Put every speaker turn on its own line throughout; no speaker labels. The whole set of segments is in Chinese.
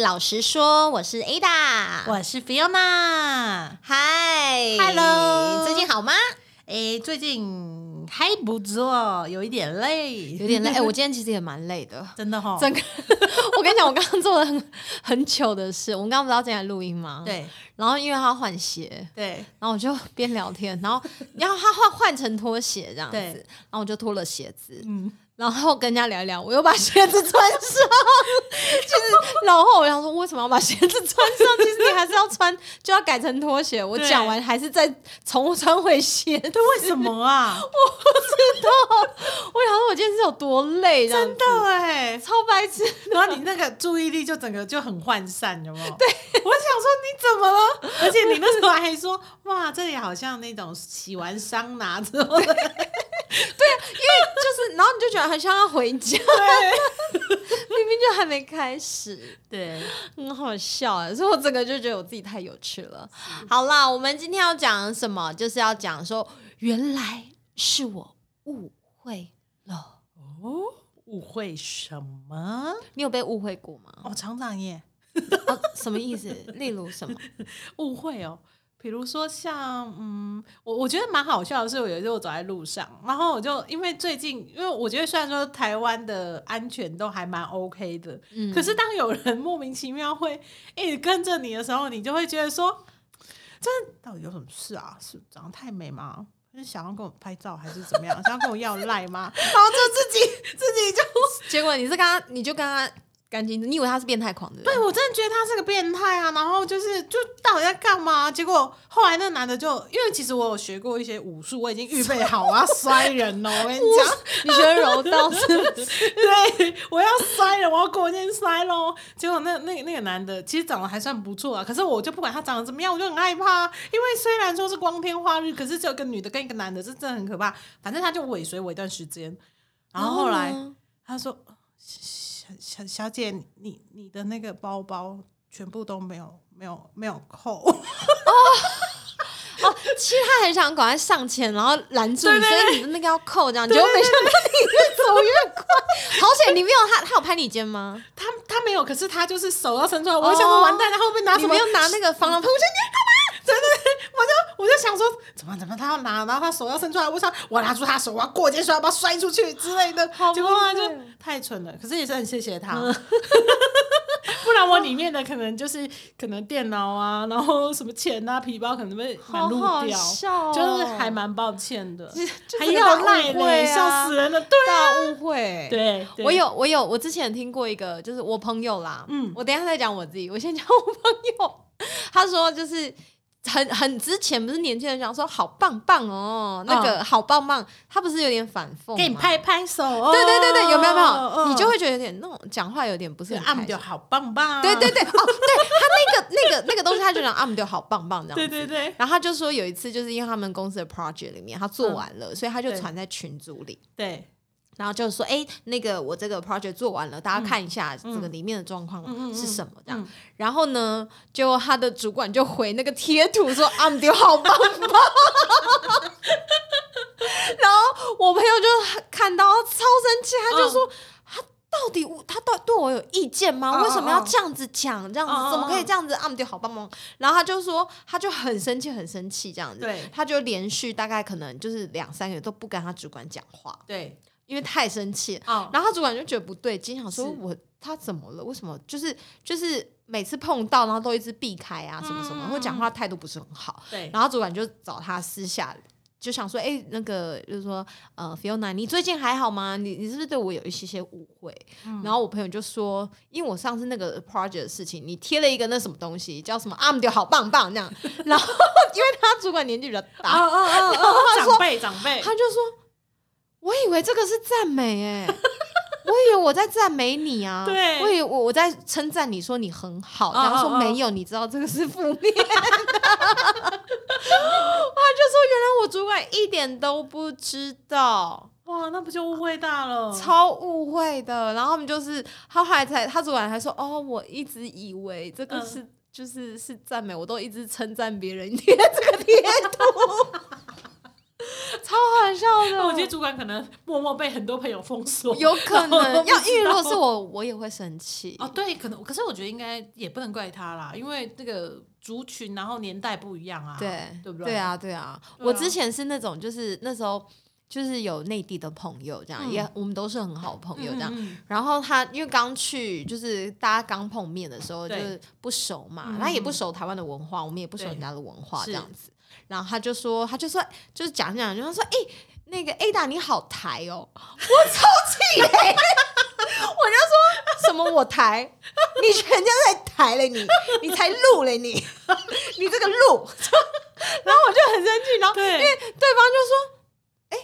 老实说，我是 Ada，
我是 Fiona。
嗨
Hello
最近好吗？
哎，最近还不错，有一点累，
有点累。哎、我今天其实也蛮累的
，
哦
真的哈、
整个我跟你讲，我刚刚做了很很糗的事。我们刚刚不是要进来录音吗？。
对
然后因为他要换鞋，
对，
然后我就边聊天，然后然后他换换成拖鞋这样子，
对
然后我就脱了鞋子，
嗯，
然后跟人家聊一聊，我又把鞋子穿上。就是，然后我想说，为什么要把鞋子穿上？其实你还是要穿，就要改成拖鞋。我
对
讲完还是再重穿回鞋子。
对，为什么啊？
我想说，我今天是有多累，这样
真
子
的哎、
超白痴。
然后你那个注意力就整个就很涣散，有没有？对，我想说你怎么了？而且你那时候还说，哇，这里好像那种洗完桑拿之后的，
就是，然后你就觉得很像要回家，明明就还没开始，
对，
很好笑哎，所以我整个就觉得我自己太有趣了。好啦，我们今天要讲什么？就是要讲说，原来是我误会了。
哦，误会什么？
你有被误会过 吗？
哦，厂长耶，
啊，什么意思？例如什么？
误会哦。比如说像，嗯，我我觉得蛮好笑的是，我有一次我走在路上，然后我就因为最近，因为我觉得虽然说台湾的安全都还蛮 OK 的，
嗯
可是当有人莫名其妙会一直跟着你的时候，你就会觉得说，这到底有什么事啊？是长得太美吗？是想要跟我拍照还是怎么样？想要跟我要赖吗？然后就自己自己就
结果你是跟他，你就跟他赶紧，你以为他是变态狂的？
对，，我真的觉得他是个变态啊！然后就是，就到底在干嘛？结果后来那男的就，因为其实我有学过一些武术，我已经预备好，我要摔人哦！我跟你讲，
你觉得柔道是 不是？
对，我要摔人，我要过肩摔喽。结果那那那个男的其实长得还算不错啊，可是我就不管他长得怎么样，我就很害怕、啊，因为虽然说是光天化日，可是只有一个女的跟一个男的，这真的很可怕。反正他就尾随我一段时间，然后 后来
呢
他说：“小小小姐，你你的那个包包全部都没有没有没有扣。”
哦， 其实他很想赶快上前，然后拦住你，
对对
所以你的那个要扣这样，结果没想到你越走越快。好险你没有他，他有拍你肩 吗？
他他没有，可是他就是手要伸出来，我
哦
就想说完蛋，他会不会拿
你
什么
没？有拿那个 防狼喷射，
对对对，我就我就想说怎么怎么他要拿，然后他手要伸出来，我想我要拿住他手，我要过肩摔，把他摔出去之类的。
好嗯
结果他就
崩溃
太蠢了，可是也是很谢谢他。 不然我里面的可能就是可能电脑啊，然后什么钱啊、皮包可能被
好
满路
好
掉，
笑哦，
就是还蛮抱歉的。
就
还
这个
要
大
赖
误会
嘞，
啊
欸笑死人了。对
大误会。。
对，对
我，有，我有，我之前听过一个，就是我朋友啦，嗯
嗯，
我等一下再讲我自己，我先讲我朋友， 他说就是很很之前不是年轻人讲说好棒棒哦，那个好棒棒，他不是有点反讽吗，
嗯给你拍拍手哦。
对对对对，有没有没有？
嗯
你就会觉得有点那种讲话有点不是
这
很
个按
开
钮
心。
好棒啊棒。
对对对，哦，对他那个那个那个东西，他就讲啊，我们就好棒棒这样子。
对对对
然后他就说有一次，就是因为他们公司的 project 里面他做完了，所以他就
对
传在群组里，
对，
然后就说哎，那个我这个 project 做完了，大家看一下这个里面的状况
嗯嗯嗯
是什么这样
嗯。
然后呢，就他的主管就回那个贴图说啊，我们就好棒棒。然后我朋友就看到超生气，他就说。他到底我他到底对我有意见吗？
嗯嗯
为什么要这样子讲？这样子
嗯嗯
怎么可以这样子？啊，我们就好棒棒。然后他就说，他就很生气，很生气这样子
对。
他就连续大概可能就是两三个月都不跟他主管讲话，
对
因为太生气了。
哦，
然后他主管就觉得不对劲，想说
是
我他怎么了？为什么就是就是每次碰到，然后都一直避开啊，什么什么，
嗯
或讲话态度不是很好。
对，
然后主管就找他私下就想说，哎、那个就是说，呃，Fiona，你最近还好吗？你你是不是对我有一些些误会？
嗯
然后我朋友就说，因为我上次那个 project 的事情，你贴了一个那什么东西，叫什么 arm 丢好棒棒那样。 然后因为他主管年纪比较大，
哦哦哦哦，长辈长辈
他，就说，我以为这个是赞美哎、 我以为我在赞美你啊，
对
我以为我我在称赞你说你很好，
哦
然后
哦
说
哦
没有，你知道这个是负面的。他就说原来我主管一点都不知道，
哇，那不就误会大了？
超误会的。然后他们就是他后来才他主管还说哦，我一直以为这个
嗯
是、就是是赞美，我都一直称赞别人贴这个贴图，超好笑的。
我觉些主管可能默默被很多朋友封锁。
有可能
我不知
要
道
因为如果是我，我也会生气。
哦，对，可能，可是我觉得应该也不能怪他啦，因为这个族群，然后年代不一样啊，
对，
对不对？
对，啊，对啊。
对啊
我之前是那种，就是那时候就是有内地的朋友，这样、
嗯
也我们都是很好的朋友这样。
嗯，
然后他因为刚去，就是大家刚碰面的时候，就
对
是不熟嘛
嗯，
他也不熟台湾的文化，我们也不熟
对
人家的文化
是
这样子。然后他就说，他就说，就是讲讲，就他说，哎、那个 Ada 你好台哦，我超气嘞、我就说什么我台，你全家在台嘞你，你才录嘞你，你这个录，然后我就很生气，然后
对，
对方就说：“哎、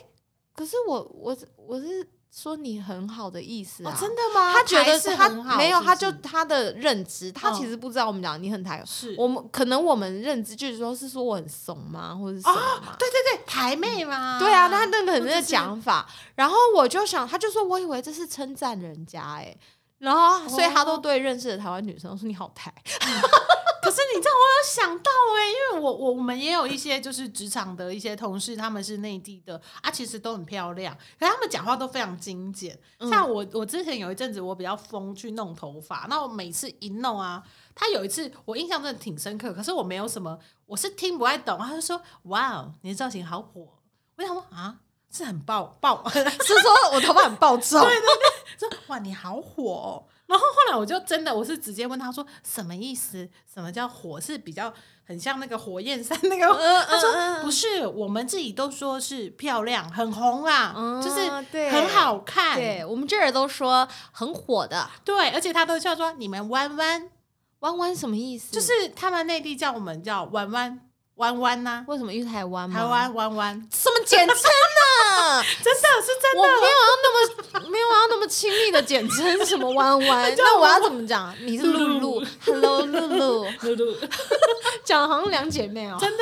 可是我我我是说你很好的意思啊。
哦，真的吗？
他觉得
还是
他
很好
没有，
是不
他就是他的认知，他其
嗯
实不知道我们讲你很台。
是
我们可能我们认知就是说是说我很怂吗，或者是什么嘛？
对对对，台妹嘛，
对啊，他那个很
啊或
那
者
个
是
讲法，然后我就想，他就说我以为这是称赞人家哎、然后所以他都
哦
对认识的台湾女生说你好台，
可是你知道，我有想到哎、因为我我我们也有一些就是职场的一些同事，他们是内地的啊，其实都很漂亮，可是他们讲话都非常精简。像我，我之前有一阵子我比较疯去弄头发，那我每次一弄啊，他有一次我印象真的挺深刻，可是我没有什么，我是听不太懂，他就说：“哇哦，你的造型好火。”我想说啊，是很爆爆，
是说我头发很暴躁，
说哇你好火、哦，然后后来我就真的我是直接问他说什么意思？什么叫火？是比较很像那个火焰山那个？
嗯
他
嗯
说
嗯
不是，我们自己都说是漂亮，很红啊，
嗯
就是
对
很好看，
对我们这儿都说很火的，
对而且他都叫说你们弯
嗯
弯，
弯弯什么意思？
就是他们内地叫我们叫弯弯弯弯呐、
为什么因为台湾吗？
台湾 弯弯，
什么简称呢、
真的是 真
我没有
的。
要那么 没有要那么亲密的简称，是什么弯 弯？那我要怎么讲？你是露 露，Hello 露露，
露露， 真的
讲得好像两姐妹哦、
真的，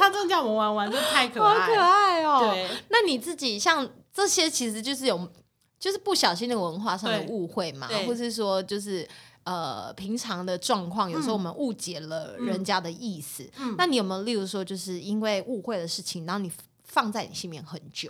他真的叫我们弯弯，真的太可
好
爱，
可爱哦、
对，
那你自己像这些，其实就是有就是不小心那个文化上的
对
误会嘛
对，
或是说就是。呃，平常的状况，有时候我们误解了人家的意思。
嗯
那你有没有，例如说，就是因为误会的事情，然后你放在你心里面很久？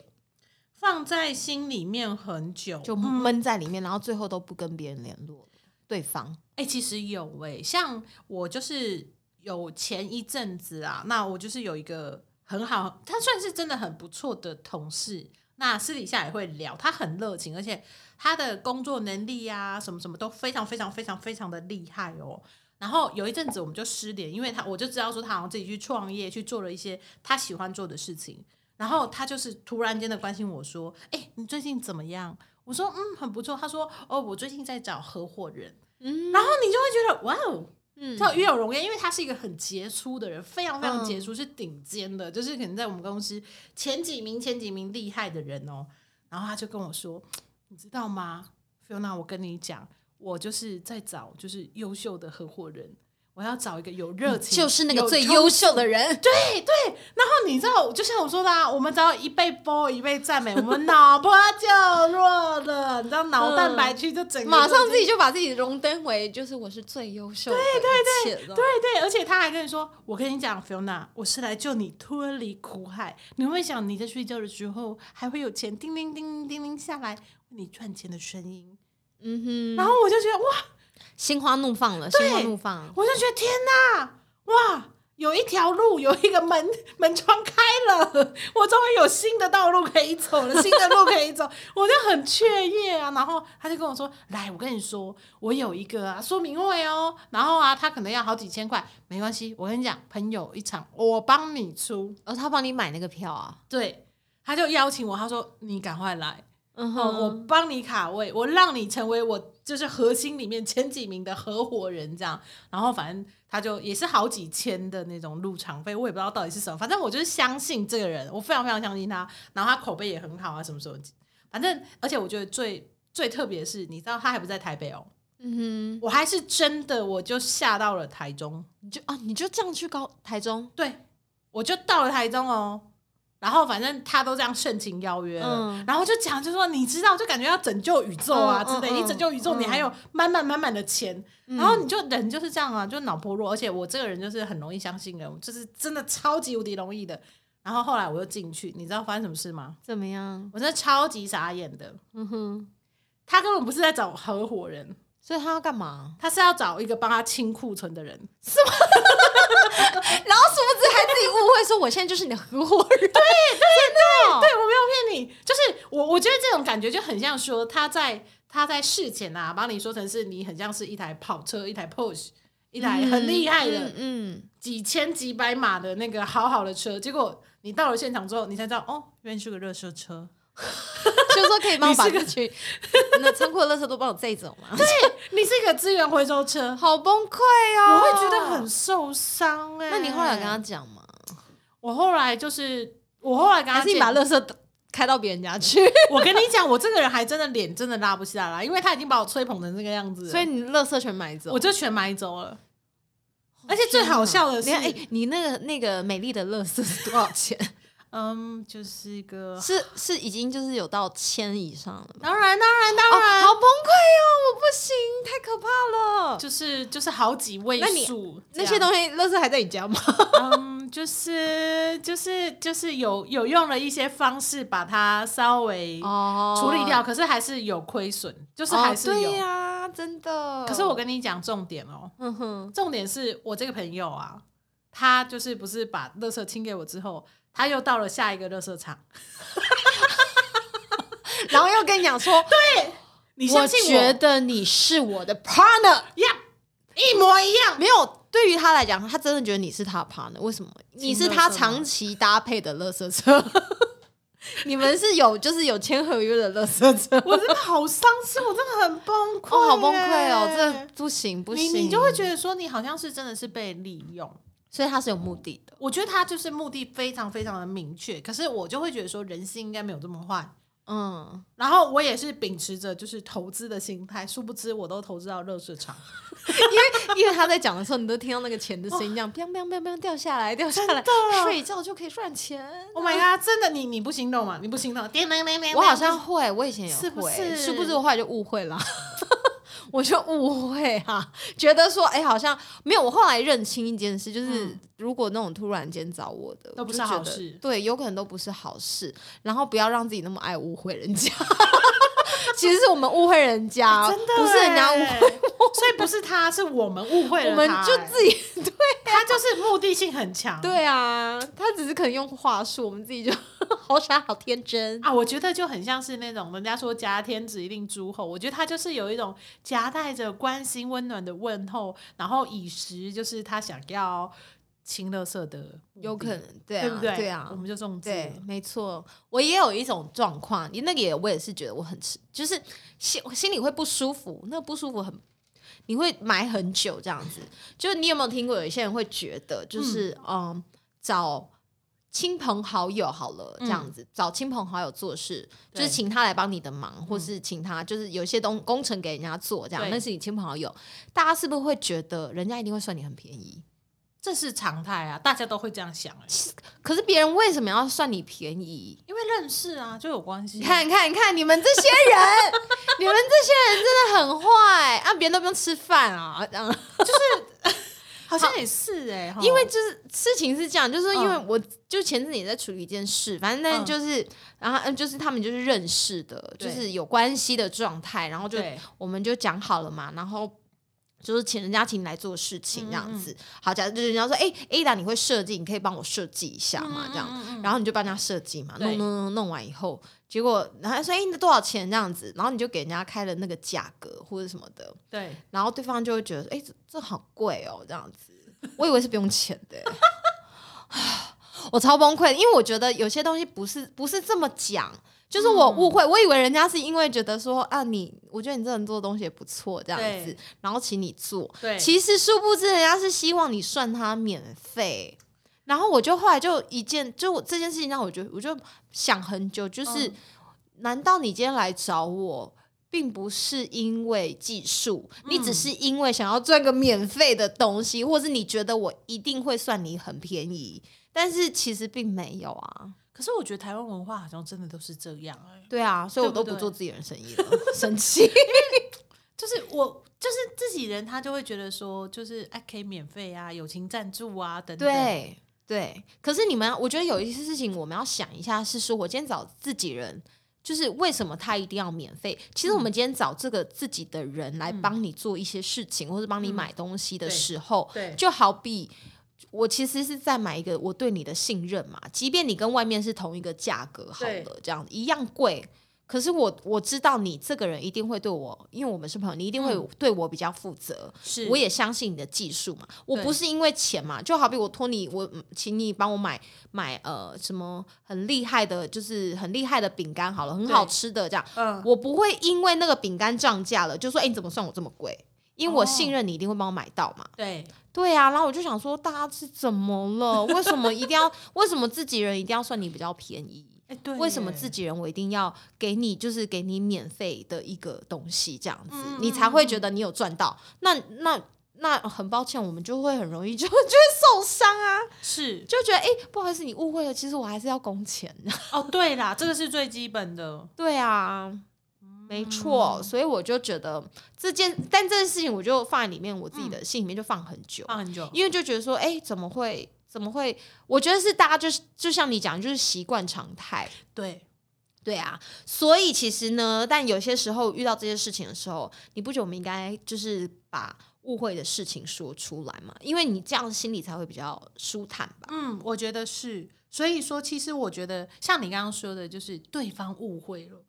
放在心里面很久，
就
嗯
闷在里面，然后最后都不跟别人联络对方。
哎、其实有哎、像我就是有前一阵子啊，那我就是有一个很好，他算是真的很不错的同事，那私底下也会聊，他很热情，而且他的工作能力啊，什么什么都非常非常非常非常的厉害哦。然后有一阵子我们就失联，因为他我就知道说他好像自己去创业，去做了一些他喜欢做的事情。然后他就是突然间的关心我说：“哎、你最近怎么样？”我说：“嗯，很不错。”他说：“哦，我最近在找合伙人。”
嗯
然后你就会觉得哇哦，
嗯
叫与有荣焉，因为他是一个很杰出的人，非常非常
嗯
杰出，是顶尖的，就是可能在我们公司前几名、前几名厉害的人哦。然后他就跟我说：“你知道吗，Fiona，我跟你讲，我就是在找就是优秀的合伙人，我要找一个有热
嗯
情，
就是那个
有
最
冲
优秀的人，对，
然后你知道，就像我说的、啊，我们只要一被褒一被赞美，我们脑波就弱了，你知道脑蛋白区就整个
马上
就
自己就把自己荣登为就是我是最优秀的，对对对
对对，而且他还跟你说：“我跟你讲，Fiona，我是来救你脱离苦海。你会想你在睡觉的时候还会有钱叮叮叮叮叮下来为你赚钱的声音。
嗯
然
哼，
后我就觉得哇，
心花怒放了，心花怒放，
我就觉得天哪，哇！有一条路，有一个门门窗开了，我终于有新的道路可以走了，新的路可以走， 我就很雀跃啊。然后他就跟我说：“来，我跟你说，我有一个啊，说明会哦。然后啊，他可能要好几千块，没关系，我跟你讲，朋友一场，我帮你出。
哦，他帮你买那个票啊，”
对，他就邀请我，他说：“你赶快来，
嗯
哦，我帮你卡位，我让你成为我就是核心里面前几名的合伙人这样。然后反正他就也是好几千的那种入场费，我也不知道到底是什么，反正我就是相信这个人，我非常非常相信他。然后他口碑也很好啊，什么什么，反正而且我觉得最最特别的是，你知道他还不在台北哦，
嗯哼，
我还是真的我就下到了台中，
你就啊，你就这样去高台中，
对，我就到了台中哦。然后反正他都这样盛情邀约了，
嗯
然后就讲就说你知道，就感觉要拯救宇宙啊
嗯
之类，
嗯嗯
你拯救宇宙，
嗯
你还有满满满满的钱，
嗯
然后你就人就是这样啊，就脑薄弱，而且我这个人就是很容易相信人，我就是真的超级无敌容易的。然后后来我又进去，你知道发生什么事吗？
怎么样？
我真的超级傻眼的。
嗯哼，
他根本不是在找合伙人，
所以他要干嘛？
他是要找一个帮他清库存的人。
然后殊不知还自己误会说我现在就是你的合伙人，
对，我没有骗你，就是我，我觉得这种感觉就很像说他在他在事前啊，帮你说成是你很像是一台跑车，一台 Porsche，一
哎
台很厉害的、
嗯嗯，
几千几百码的那个好好的车，结果你到了现场之后，你才知道哦，原来是个热车车。
就是说可以帮我把
你是
这
个
群那仓库的垃圾都帮我载走吗？
你是一个资源回收车，
好崩溃哦！
我会觉得很受伤哎、
那你后来有跟他，讲吗？
我后来就是我后来跟
还
他
是你
见
把垃圾开到别人家 去？
我跟你讲，我这个人还真的脸真的拉不下来，因为他已经把我吹捧成这个样子了，
所以你垃圾全买走
我。就全买走了。而且最好笑的是，
你看，哎、你那个那个美丽的垃圾是多少钱？
嗯，就是一个，
是是已经就是有到千以上了吗。
当然当然当然，
好崩溃哦！我不行，太可怕了。
就是就是好几位
那你
数
那些
西，
东西，垃圾还在你家吗？
嗯，就是就是就是有有用了一些方式把它稍微
哦
处理掉，，可是还是有亏损，就是
哦
还是有。
对呀、真的。
可是我，跟你讲重点哦、
嗯哼，
重点是我这个朋友啊，他就是不是把垃圾清给我之后，他又到了下一个垃圾场。
然后又跟你讲说，对，
你
我
相信我
觉得你是我的 partner，
呀一模一样。
没有。对于他来讲，他真的觉得你是他的 partner，为什么？你是他
垃圾吗
长期搭配的垃圾车，你们是有就是有签合约的垃圾车。
我真的好伤心，我真的很崩溃耶、
哦，好崩溃哦，这不行不
你
行，
你就会觉得说，你好像是真的是被利用。
所以他是有目的的，
我觉得他就是目的非常非常的明确，可是我就会觉得说，人性应该没有这么坏。
嗯，
然后我也是秉持着就是投资的心态，殊不知我都投资到热市场，
因为因为他在讲的时候，你都听到那个钱的声音，这样 biang biang biang biang 掉下来，掉下来，睡觉就可以赚钱。
Oh my god！真的，你你不心动吗？你不心动？叮铃铃铃
我好像会，我以前也
是不
会，
是
是不是我后来就误会了？ 我就误会啊，觉得说，哎、好像没有。我后来认清一件事，就是、
嗯
如果那种突然间找我的，
都不
我就是
好
觉得
事
对，有可能都不是好事。然后不要让自己那么爱误会人 家。其实是我们误会人家，
哎
啊
真的
不是人家误
欸
会，
所以不是他，是我们误会
我
了
们
他
就
欸
自己
他就是目的性很强。
对啊，他只是可能用话术，我们自己就 好傻好天真。
啊，我觉得就很像是那种人家说挟天子一令诸侯，我觉得他就是有一种夹带着关心温暖的问候，然后以时就是他想要亲乐色的目的，
有可能，对啊，
对不对？嗯
对啊
我，们就中计
对
了，。
没错，我也有一种状况，你那个也我也是觉得我很吃，就是心我心里会不舒服，那个不舒服很，你会埋很久这样子。就是你有没有听过有一些人会觉得，就是嗯找亲朋好友好了这样子，找亲朋好友做事，就是
嗯对嗯
请他来帮你的忙，或是请他就是有一些东工程给人家做这样，
对
那是你亲朋好友，大家是不是会觉得人家一定会算你很便宜？
这是常态啊，大家都会这样想、欸，
可是别人为什么要算你便宜？
因为认识啊就有关系
你
啊。
看，你看，你看，你们这些人，你们这些人真的很坏啊！别人都不用吃饭啊，这样。
好像也是哎、欸，
因为
齁
就是事情是这样，就是因为
嗯
我就前阵子也在处理一件事，反正但是
嗯
就是，然后嗯就是他们就是认识的，就
对
是有关系的状态，然后就
对
我们就讲好了嘛，然后。就是请人家请你来做事情这样子，好，假如就是人家说，哎、a d a 你会设计，你可以帮我设计一下嘛，这样，然后你就帮他设计嘛，弄
嗯对
弄弄弄完以后，结果然后他说，哎、那多少钱这样子，然后你就给人家开了那个价格或者什么的，
对，
然后对方就会觉得，哎、这这好贵哦，这样子，我以为是不用钱的、欸 我超崩溃，因为我觉得有些东西不是不是这么讲，就是我
嗯
误会，我以为人家是因为觉得说啊，你我觉得你这人做的东西也不错，这样子
对，
然后请你做，
对
其实殊不知人家是希望你算他免费。然后我就后来就一件，就我这件事情让我觉得，我就想很久，就是、
嗯
难道你今天来找我，并不是因为技术，你只
嗯
是因为想要赚个免费的东西，或是你觉得我一定会算你很便宜，但是其实并没有啊。
可是我觉得台湾文化好像真的都是这样哎、
对啊，所以我
对
都
不
不
对
做自己人生意了， 生 气。
就是我就是自己人，他就会觉得说，就是哎可以免费啊，友情赞助啊等等。
对，对，可是你们要，我觉得有一些事情我们要想一下，是说我今天找自己人，就是为什么他一定要免费？其实我
嗯
们今天找这个自己的人来帮你做一些事情，或者帮你买东西的时候，
嗯对
就好比。我其实是在买一个我对你的信任嘛，即便你跟外面是同一个价格好
对
了，这样一样贵，可是我我知道你这个人一定会对我，因为我们是朋友，你一定
嗯
会对我比较负责。
是
我也相信你的技术嘛，我
对
不是因为钱嘛，就好比我托你，我嗯请你帮我买买呃什么很厉害的，就是很厉害的饼干好了，很好吃的这样，
嗯，
我不会因为那个饼干涨价了就说哎、你怎么算我这么贵？因为我
哦
信任你一定会帮我买到嘛。
对，
对啊，然后我就想说大家是怎么了？为什么一定要为什么自己人一定要算你比较便宜？
哎对耶，
为什么自
己
己人我一定要给你，就是给你免费的一个东西这样子，
嗯
你
嗯
才
嗯
会
嗯
觉得你有赚到？那那那很抱歉，我们就会很容易就 就会受伤啊，
是？
就觉得哎、诶不好意思，你误会了，其实我还是要工钱。
哦，对啦，这个是最基本的，
对啊，
嗯
没错，所以我就觉得这件，但这件事情我就放在里面，我自己的心里面就放很久，
放很久，
因为就觉得说，哎、怎么会？怎么会？我觉得是大家就是就像你讲，就是习惯常态。
对，
对啊，所以其实呢，但有些时候遇到这些事情的时候，你不觉得我们应该就是把误会的事情说出来嘛？因为你这样心里才会比较舒坦吧？
嗯，我觉得是。所以说，其实我觉得像你刚刚说的，就是对方误会了，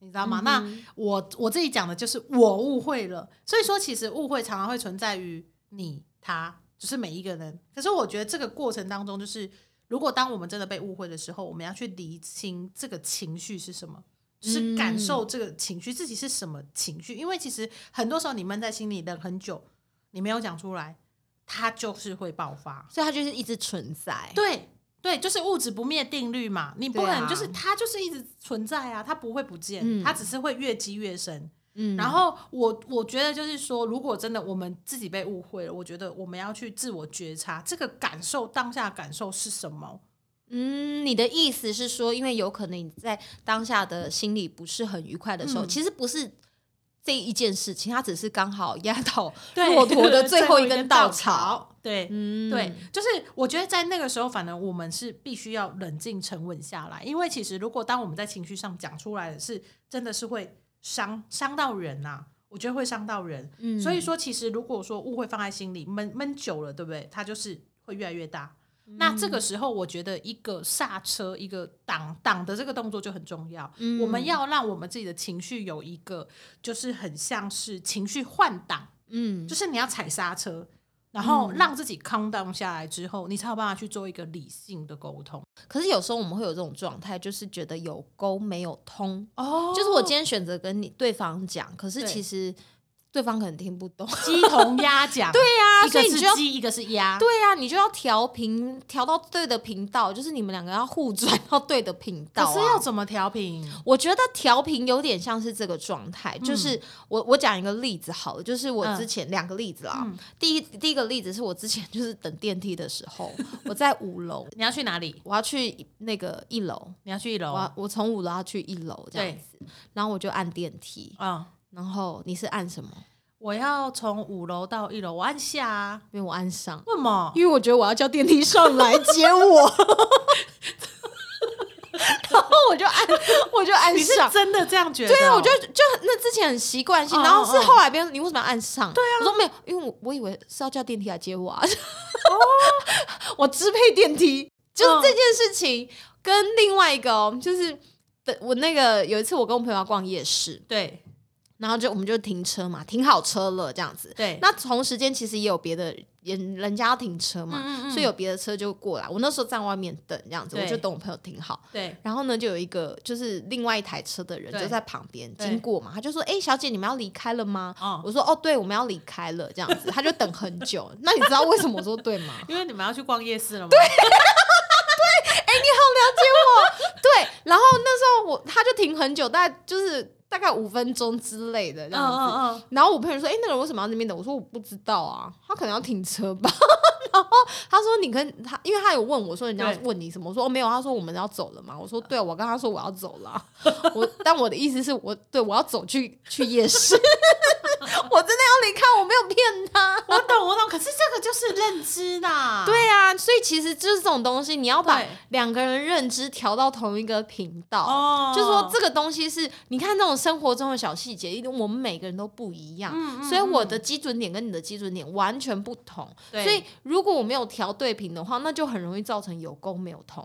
你知道
嗯
吗？那我我自己讲的就是我误会了，所以说其实误会常常会存在于你、他，就是每一个人。可是我觉得这个过程当中，就是如果当我们真的被误会的时候，我们要去厘清这个情绪是什么。就是感
嗯
受这个情绪，自己是什么情绪？因为其实很多时候你闷在心里等很久，你没有讲出来，它就是会爆发。
所以它就是一直存在。
对对，就是物质不灭定律嘛，你不
对
可
啊
能就是、它就是一直存在啊，它不会不见，
嗯
它只是会越积越深。
嗯
然后我我觉得就是说，如果真的我们自己被误会了，我觉得我们要去自我觉察，这个感受当下感受是什么？
嗯，你的意思是说，因为有可能你在当下的心里不是很愉快的时候，
嗯
其实不是。这一件事情，它只是刚好压 倒
对
骆驼的 最
最
后
一
一根
稻
稻草。，
对。
嗯，
对，就是我觉得在那个时候，反正我们是必须要冷静沉稳下来，因为其实如果当我们在情绪上讲出来的是，真的是会伤伤到人呐、啊我觉得会伤到人。
嗯
所以说，其实如果说误会放在心里，闷闷久了，对不对？它就是会越来越大。那这个时候，我觉得一个刹车、一个挡挡的这个动作就很重要。我们要让我们自己的情绪有一个，就是很像是情绪换挡，
嗯
就是你要踩刹车，然后让自己 calm down 下来之后，你才有办法去做一个理性的沟通。
可是有时候我们会有这种状态，就是觉得有沟没有通，
哦
就是我今天选择跟你对方讲，可是
对
其实对方可能听不懂。
鸡同鸭讲，对
呀
一
所以
个
你就是要
鸡，一个是 鸭，
对啊呀、你就要调频，调到对的频道，就是你们两个要互转 到对的频道、
可
啊。
是要怎么调频？
我觉得调频有点像是这个状态，就是我我讲一个例子好了，就是我之前两个例子啦。
嗯
第一第一个例子是我之前就是等电梯的时候，我在五楼，
你要去哪里？
我要去那个一楼，
你要去一楼
我要我从五楼要去一楼这样
对
子，然后我就按电梯，
嗯，
然后你是按什么？
我要从五楼到一楼，我按下啊。
因为我按上，
为什么？
因为我觉得我要叫电梯上来接我， 然后我就按，我就按
你是
上。
真的这样觉得哦？
对啊，我就就那之前很习惯性，
嗯
然后是
嗯嗯
后来别人说你为什么要按上？对啊，我说没有，因为我我以为是要叫电梯来接我啊。 我支配电梯，就是
哦嗯
这件事情跟另外一个哦，就是的我那个有一次我跟我朋友要逛夜市，
对
然后就我们就停车嘛，停好车了这样子。
对
那同时间其实也有别的人，人家要停车嘛，
嗯嗯嗯
所以有别的车就过来。我那时候站外面等这样子，
对
我就等我朋友停好。
嗯对
然后呢，就有一个就是另外一台车的人
对
就在旁边
对
经过嘛，他就说：“哎、小姐，你们要离开了吗？”
哦
我说：“哦，对，我们要离开了。”这样子，他就等很久。 那你知道为什么我说对 吗？
因为你们要去逛夜市了嘛。对，
对，然后那时候我他就停很久，大概就是大概五分钟之类的这
嗯
样子。
嗯嗯，
然后我朋友说：“哎、那个人为什么要那边等？”我说：“我不知道啊，他可能要停车吧。” 然后他说：“你跟他，因为他有问我说人家
对
问你什么，我说哦没有。”他说：“我们要走了嘛。”我说：“对啊，我跟他说 我要走了啊。”我但我的意思是我对我要走去去夜市，我真的要离开，我没有骗他。
我懂，我懂。可是这个就是认知啦，
对啊，所以其实就是这种东西，你要把
对
两个人认知调到同一个频道。
哦，
啊就说这个东西是，你看那种生活中的小细节，因为我们每个人都不一样，
嗯嗯
所以我的基准点跟你的基准点完全不同。
对
所以如果我没有调对频的话，那就很容易造成有沟没有通。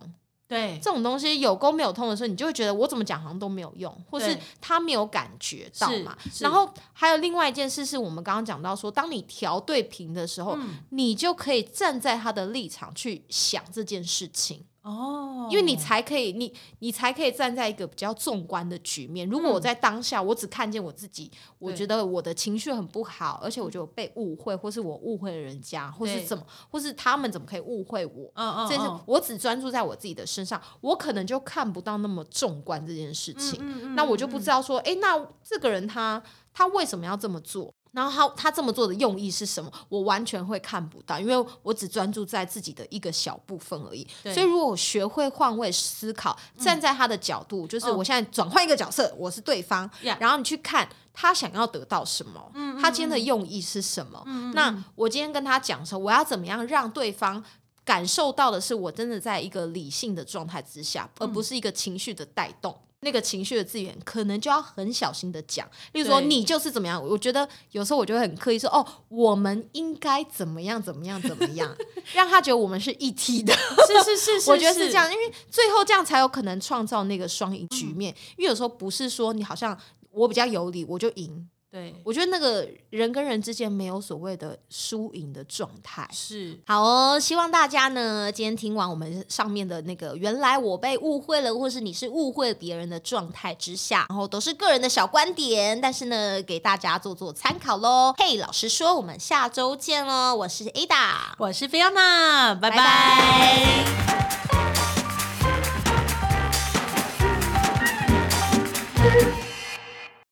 对
这种东西有沟没有通的时候，你就会觉得我怎么讲好像都没有用，或是
对
他没有感觉到嘛
是。是
然后还有另外一件事是我们刚刚讲到说，当你调对频的时候，
嗯
你就可以站在他的立场去想这件事情。
哦，
因为你才可以，你你才可以站在一个比较纵观的局面。如果我在当下，我只看见我自己，我
嗯对嗯
觉得我的情绪很不好，而且我觉得我被误会，或是我误会了人家，或是
对
怎么，或是他们怎么可以误会我？
嗯嗯，
这是
嗯
我只专注在我自己的身上，我可能就看不到那么纵观这件事情。
嗯
那我就不知道说，诶，那这个人他他为什么要这么做？然后他他这么做的用意是什么？我完全会看不到，因为我只专注在自己的一个小部分而已。
对
所以如果我学会换位思考，站在他的角度，就是
嗯
我现在转换一个角色，我是对方
Yeah
然后你去看他想要得到什么，他今天的用意是什么。
嗯
那我今天跟他讲说，我要怎么样让对方感受到的是，我真的在一个理性的状态之下，而
嗯
不是一个情绪的带动。那个情绪的资源，可能就要很小心的讲。例如说，
对
你就是怎么样，我觉得有时候我就会很刻意说，哦，我们应该怎么样，怎么 样，怎么样，让他觉得我们是一体的。
是是是 是，
我觉得是这样，因为最后这样才有可能创造那个双赢
嗯
局面。因为有时候不是说你好像我比较有理，我就赢。
对，
我觉得那个人跟人之间没有所谓的输赢的状态。
是
好哦，希望大家呢今天听完我们上面的那个，原来我被误会了，或是你是误会别人的状态之下，然后都是个人的小观点，但是呢，给大家做做参考喽。嘿，老实说，我们下周见喽，我是哦 Ada，
我是 Fiona，拜
拜
拜